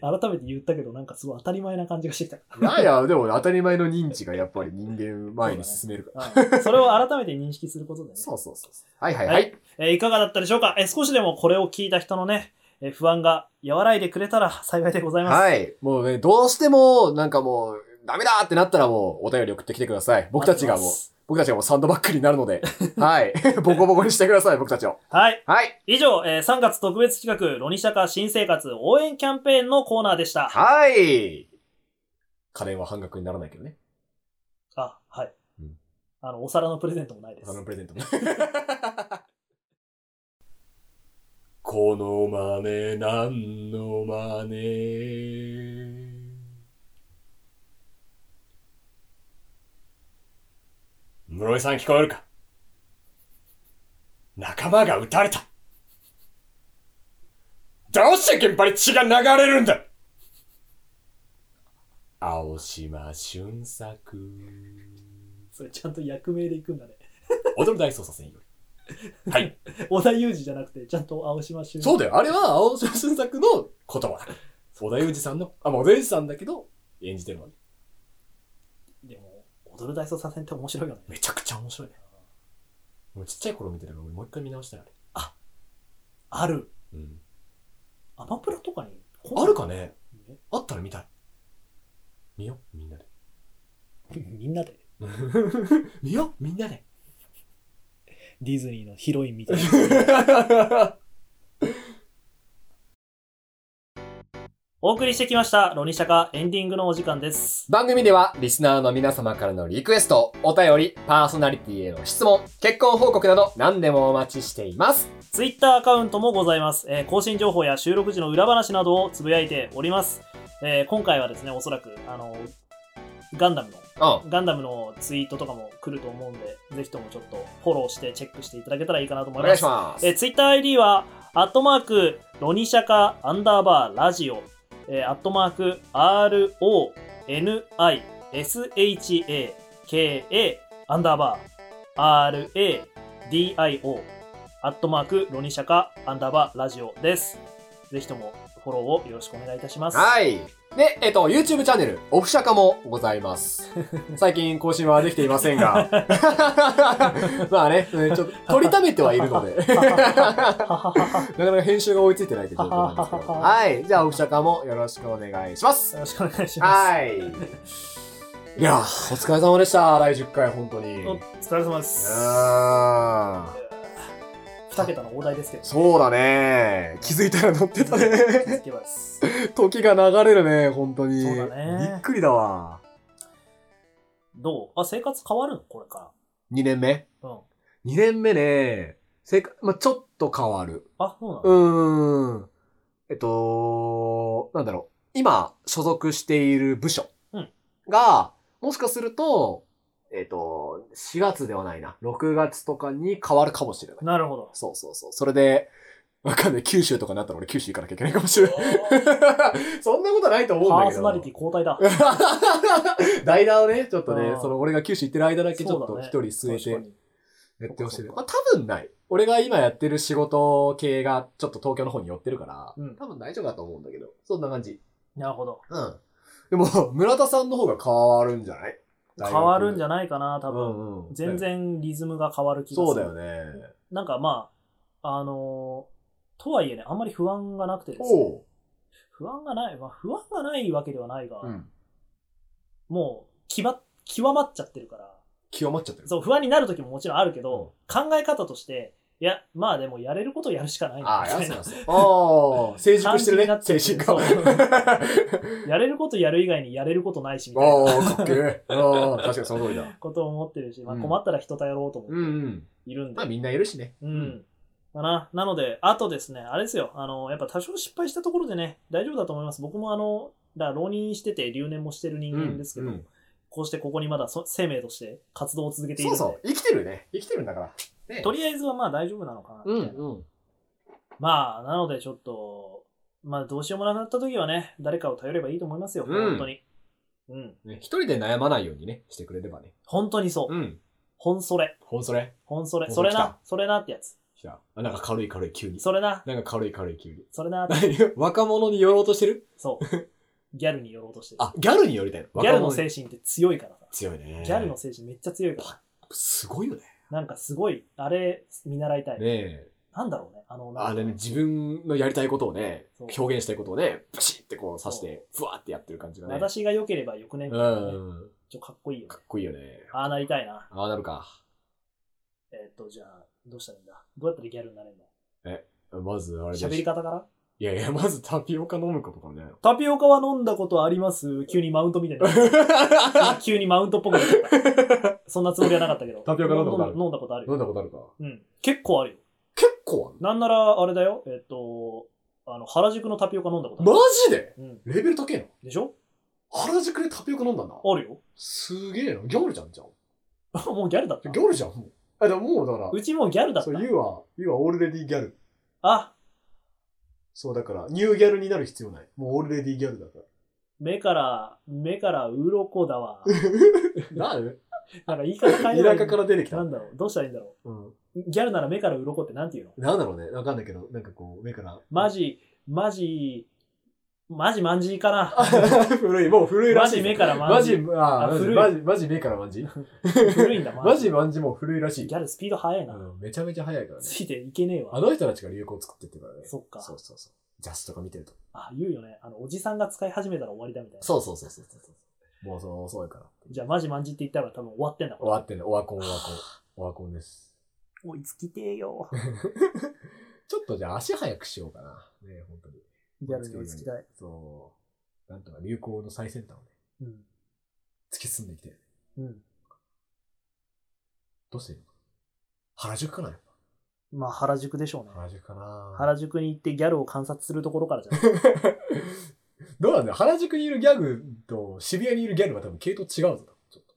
改めて言ったけど、なんかすごい当たり前な感じがしてき
い
た。
やいや、でも当たり前の認知がやっぱり人間前に進めるから。
はい それを改めて認識することでね。
そうそうそうそう。はいはい
は
はいい。
えーいかがだったでしょうか、えー少しでもこれを聞いた人のね、えー不安が和らいでくれたら幸いでございます。
はい。もうね、どうしても、なんかもう、ダメだってなったらもう、お便り送ってきてください。僕たちがもう、僕たちがもうサンドバッグになるの で、はい。ボコボコにしてください、僕たちを。
はい。
はい。
以上、えー3月特別企画、ロニシャカ新生活応援キャンペーンのコーナーでした。
はい。家電は半額にならないけどね。
あ、はい。
うん
あの、お皿のプレゼントもないです
他。のプレゼントも。
この真似何の真似室井さん聞こえるか仲間が撃たれたどうして現場に血が流れるんだ青島俊作
それちゃんと役名でいくんだね。
踊る大捜査線よりはい
小田裕二じゃなくて、ちゃんと青島修
そうだよ。あれは、青島俊作の
言葉だ
小田裕二さんの、あ、まあ、小田裕二さんだけど、演じてるのはね。
でも、踊る大捜査線って面白いよね。
めちゃくちゃ面白いね俺ちっちゃい頃見てたから俺もう一回見直したいあれ
ある。
うん
アマプラとかに
あるかね
ね
あったら見たい。見よ、みんなで。
みんなで。
見よ、みんなで。
ディズニーのヒロインみたいな。 お送りしてきました、ロニシャカエンディングのお時間です。
番組ではリスナーの皆様からのリクエスト、お便り、パーソナリティへの質問、結婚報告など何でもお待ちしています。
ツイッターアカウントもございます。えー更新情報や収録時の裏話などをつぶやいております。えー今回はですね、おそらく、あの、ガンダムの、
うん。
ガンダムのツイートとかも来ると思うんで、ぜひともちょっとフォローしてチェックしていただけたらいいかなと思
お
いま
願い
す
し。ます。
えー、ツイッター ID は、アットマーク、ロニシャカ、アンダーバー、ラジオ、えー、アットマーク、RONISHAKA、アンダーバー、RADIO、アットマーク、ロニシャカ、アンダーバー、ラジオです。ぜひともフォローをよろしくお願いいたします。
はい。で、えっと、YouTube チャンネル、オフシャカもござい ます。最近更新はできていませんが。まあね、ちょっと取りためてはいるの で。なか
はははは
なか編集が追いついてないという状況なんですけど。はい。じゃあ、オフシャカもよろしくお願いします。
よろしくお願いします。
はい。いやー、お疲れ様でした。第10回、本当に。
お
う
疲れ様です。
ーん。
二桁の大台ですけど。
そうだね。気づいたら乗ってた
気 づ
ね。
けばです。
時が流れるね、本当に。
そうだね
びっくりだわ。
どうあ、生活変わるのこれか
2年目
ら。うん。
?2 年目ね、せか、まあ、ちょっと変わる。
あ、そうなの
うーん。えっと、なんだろう。今、所属している部署
うん
が、もしかすると、えっと、4月ではないな。6月とかに変わるかもしれない。
なるほど。
そうそうそう。それで、わかんない。九州とかになったら俺九州行かなきゃいけないかもしれない。 そんなことはないと思うん
パ
だ
ー
け
ソ
ど。
ナリティ交代だ。
代打をね、ちょっとね
あ、ー
その俺が九州行ってる間だけちょっ
そう
と
だ
一
ね
人据えて
確かに
やってほしいね。
そう
ま
か
あ多分ない。俺が今やってる仕事系がちょっと東京の方に寄ってるから、
うん
多分大丈夫だと思うんだけど、そんな感じ。
なるほど。
うん。でも、 村田さんの方が変わるんじゃない
変わるんじ
ゃ
ゃないかな、多分。
うんうん、
全。然リズムが変わる気がする。
そうだよ。ね。
なんかまあ、あのーとはいえね、あんまり不安がなくてですね。
おう。
不安がない。まあ、不安がないわけではないが、
うん。
もう、きば、極まっちゃってるから。
極まっちゃってる。
そう、不安になる時ももちろんあるけど、考え方として、いや、まあでもやれることをやるしかない
あ
な
あ、
みた
や
い
す
な
やす。ああ、成熟してるね
感。じ
精
に
神
なっ
科。
ちゃってる やれることやる以外にやれることないし、みたい な。
ああ、かっけ え。ああ、確かにその通りだ。
ことを思ってるし、まあ、
うん
困ったら人頼ろうと思
うん
っ
うん。
ているんで。
まあみんないるしね。
うん。だな。なので、あとですね、あれですよ、あの、やっぱ多少失敗したところでね、大丈夫だと思います。僕もあの、だ浪人してて留年もしてる人間ですけど、
うんうん
こうしてここにまだそ生命として活動を続けている
そ
ん
う
で、
そう、生きてるね。生きてるんだから。ね
とりあえずはまあ大丈夫なのかなみ
う
たい
ん
な。
うん。
まあ、なのでちょっと、まあどうしようもなくなった時はね、誰かを頼ればいいと思いますよ、
うん
本当に。うん。
ね一人で悩まないようにね、してくれればね。
本当にそう。
ん。
本それ。
ほんそれ。
本それ。
本
そ
それ
れ
来
な
た。
それなってやつ。
来た。あなんか軽い軽い急に。
それな、
なんか軽い軽い急に。
それな、
何若者に寄ろうとしてる
そう。ギャルに寄ろうとしてる。
あ、ギャルに寄りたいの。
ギャル
若
の
者
精
に
神って強いからさ。
強いね。
ギャルの精神めっちゃ強いから。
すごいよね。
なんかすごい、あれ、見習いたい。
ねえ。
なんだろうね。あの、なんか
あれね、自分のやりたいことをね、
そう
表現したいことをね、ブシってこう刺して、ふわってやってる感じがね。
私が良ければよくね。みた
う
いなね
ん。
ちょっとかっこいいよね
か。っこいいよね。
ああなりたいな。
ああ、なるか。
えっと、じゃあ、どうしたらいいんだどうやったらギャルになれるの
まず、あれだし
喋り方から
いやいや、まずタピオカ飲むことかね。
タピオカは飲んだことあります急にマウント みたいな。急にマウントっぽくなっちゃった。そんなつもりはなかったけど。
タピオカ飲んだことある
飲んだことある
飲ん
よ。
だことあるか
うん。結構あるよ。
結構あ
なんなら、あれだよ。えっと、あの、原宿のタピオカ飲んだことあ
る
る。
マジで
うん。
レベル高えな。
でしょ
原宿でタピオカ飲んだんだ。
あるよ。
すげえな。ギャルじゃん、じゃん。
もうギャルだった
ギ。ャルじゃん、もう。あ、でももうだから
う、ちもうギャルだっ
そ
た
う、。You は、You はオールレディギャル。
あ、
そう、だから、ニューギャルになる必要ない。もうオールレディギャルだか
目から、目から鱗 だわ。
ら。なる
なんか言い方変えればい
田舎
い
から出てき
な
た。
んだろう。どうしたらいいんだろ
うん。
う。ギャルなら目から鱗ってなんて言うの
なんだろうね。わかんないけど、なんかこう、目から。
マジ、マジ、マジマンジーかな。
古い、もう古いら
マ
しい
ジ
ぞ。
目からマ
マ
ンジ
ジ
ー。、
あ
あ
マジ、
古い
マジ、マジ目からマンジ
古いんだ、マ
マ
ジ
ジマンジもう古いらしい
ギ。ャルスピード速いな。
うん、めちゃめちゃ早いからね。
ついていけねえ
あ
わ。
の人たちが流行を作ってってるからね。
そっか
そうそうそう。ジャスとか見てると。
あ、言うよね。あの、おじさんが使い始めたら終わりだみたいな。
そうそうそうそうそうそう。もうそう遅いから。
じゃあ、マジマンジーって言ったら多分終わってんだ、こ
終
れ。
わってね、オワコン、オワコン。オワコンです。
追いつきてえ よ。
ちょっとじゃあ足早くしようかな。ね本当に。
ギャルに追いつきたい。
そう。なんとか流行の最先端をね、
うん。
突き進んでいきたいよね。
うん。
どうしていいのか原宿かなやっ
まあ、原宿でしょう
ぱ
ね。
原宿かな
原宿に行ってギャルを観察するところからじゃない
どうなんだよ原宿にいるギャグと渋谷にいるギャルは多分系統違うぞ。ちょっと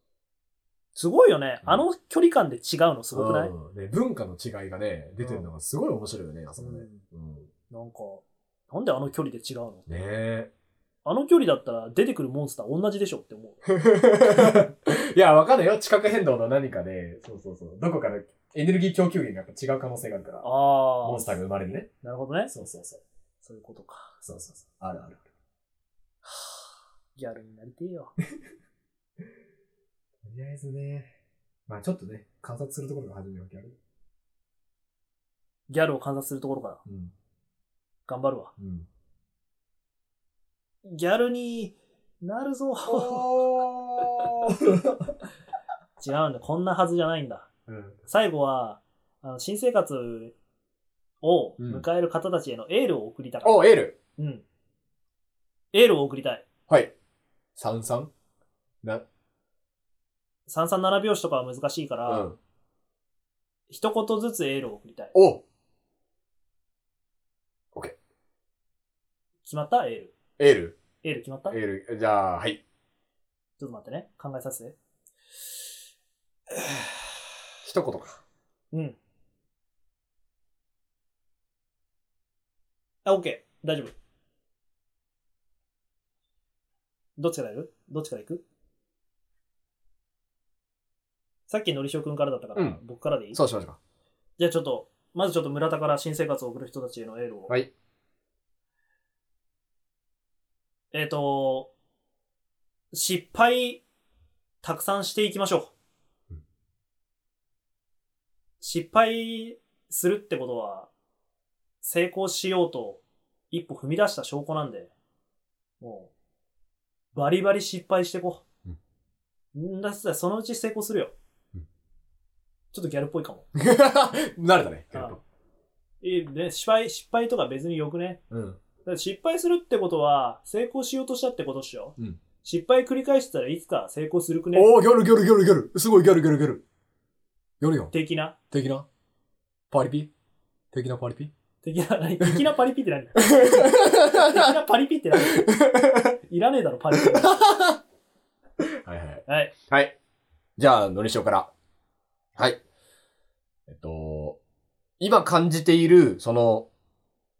すごいよね。
うん
あの距離感で違うのすごくない、
うんね文化の違いがね、出てるのがすごい面白いよね、あそこね。うん。
なんか、なんであの距離で違うの
ねえ。
あの距離だったら出てくるモンスター同じでしょって思う。
いや、わかんないよ。地殻変動の何かで、そうそうそう。どこかでエネルギー供給源がやっぱ違う可能性があるから、
あ
モンスターが生まれるね。
あ、なるほどね。
そうそうそう。
そういうことか。
そうそうそう。あるある。
ギャルになりてえよ。
とりあえずね、まあちょっとね、観察するところが始めるわけある。
ギャルを観察するところから
うん。
頑張るわ。
うん。
ギャルになるぞ。
お
違うんだ。こんなはずじゃないんだ。
うん。
最後は、あの新生活を迎える方たちへのエールを送りたい。
お、エール
うん。エールを送りたい。
はい。三三な、
337拍子とかは難しいか
う
ら、。一言ずつエールを送りたい。
お
決まったエール。
エール
エール決まった
エール。じゃあ、はい。
ちょっと待ってね。考えさせて。
一言か。
うん。あ、OK。大丈夫。どっちからやるどっちから行くさっきのりしおくんからだったから、
うん
僕からでいい
そうしましょうか。
じゃあちょっと、まずちょっと村田から新生活を送る人たちへのエールを。
はい。
えっ、と、失敗、たくさんしていきましょう。
うん
失敗するってことは、成功しようと一歩踏み出した証拠なんで、もう、バリバリ失敗してこう。うん。だってそのうち成功するよ。
うん
ちょっとギャルっぽいかも。
慣れたね。
あいいね、失敗、失敗とか別によくね。
うん。
だから失敗するってことは、成功しようとしたってことっしょ。
うん
失敗繰り返してたらいつか成功するくね
おー、ギョルギョルギョルギョル。すごいギョルギョルギョル。ギョルよ。
的な
的なパリピ的なパリ ピ
的な、何的なパリピって何的なパリピって 何いらねえだろ、パリピ。
はいはい。
はい。
はい。じゃあ、のりしおから。はい。えっと、今感じている、その、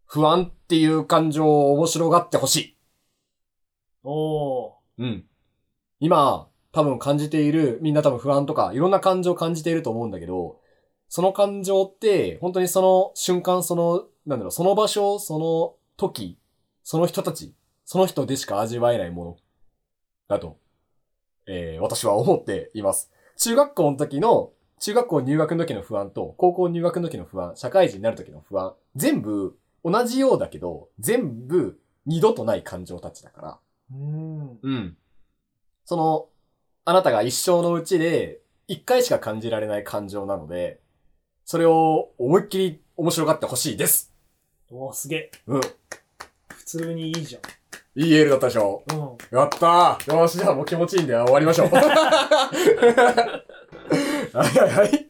不安っていう感情を面白がってほし
お
い。
ー。
うん。今、多分感じている、みんな多分不安とか、いろんな感情を感じていると思うんだけど、その感情って、本当にその瞬間、その、なんだろう、その場所、その時、その人たち、その人でしか味わえないもの、だと、えー私は思っています。中学校の時の、中学校入学の時の不安と、高校入学の時の不安、社会人になる時の不安、全部同じようだけど、全部二度とない感情たちだから。
うん。
うん。その、あなたが一生のうちで、一回しか感じられない感情なので、それを思いっきり面白がってほしいです。
おーすげえ。
うん。
普通にいいじゃ
いいエールだったでしょ
ん。うん。
やったーよし、じゃあもう気持ちいいんだよ。終わりましょう。 はいはいはい。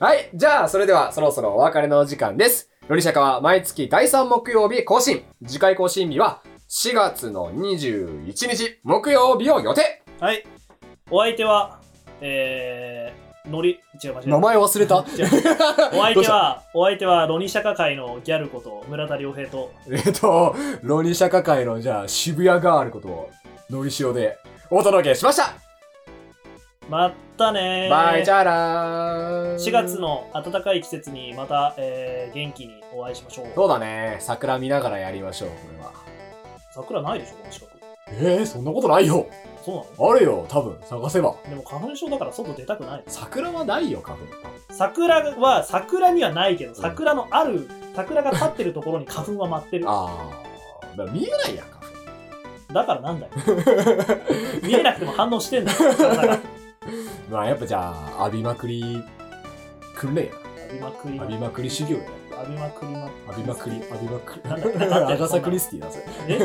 はい、じゃあそれではそろそろお別れの時間です。ロリシャカは毎月第3木曜日更新。次回更新日は4月の21日木曜日を予定。
はい。お相手は、えー、のり、違う、間違え
名前忘れた
違う お相手は、お相手は、ロニシャカ界のギャルこと、村田良平と、
えっと、ロニ社会のじゃあ渋谷ガールこと、のりしおでお届けしました、
まったねー。
バイチャラーン
4月。の暖かい季節にまた、えー、元気にお会いしましょう。
そうだね、桜見ながらやりましょう、これは。
桜ないでしょ、この近く。
えー、そんなことないよ
そうな
あるよ、多分、探せば。
のでも花粉症だから外出たくない。
桜はないよ、花粉。
桜は、桜にはないけど、桜のある、桜が立ってるところに花粉は舞ってる。
あー、だから見えないやん、花粉。
だからな んだよ。見えなくても反応してんだよ。体が
まあやっぱじゃあ、浴びまくり、訓練や
浴びまくり
な。浴
まくり
びまくり修行やな。
浴びまくり ま
浴びまくり、浴びまくり。
なんだなんだ
アガサ・クリスティだ、それ。
え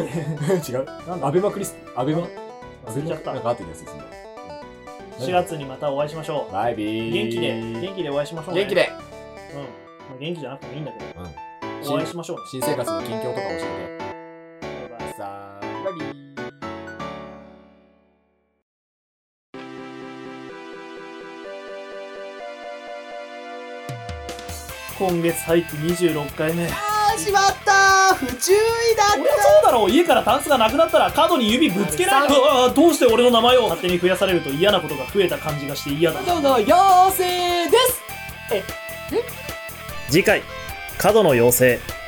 違う
なんだ
アベマクリス、アベマ、アベ
忘れち
マ
ゃった
なんかあってるやつですね。
4月にまたお会いしましょ
バイビ
う
ー。
元気で元気でお会いしましょう、ね、
元気で。
うんまあ元気じゃなくてもいいんだけど
うん。
お会いしましょうね
新生活の近況とか教え
バイバイ
て。さあ、バイビー。
今月入って26回
あ
目
ー、しまった不注意だ
俺はそうだろう家からタンスがなくなったら角に指ぶつけないとああどうして俺の名前を勝手に増やされると嫌なことが増えた感じがして嫌だ
たの妖精です
次回角の妖精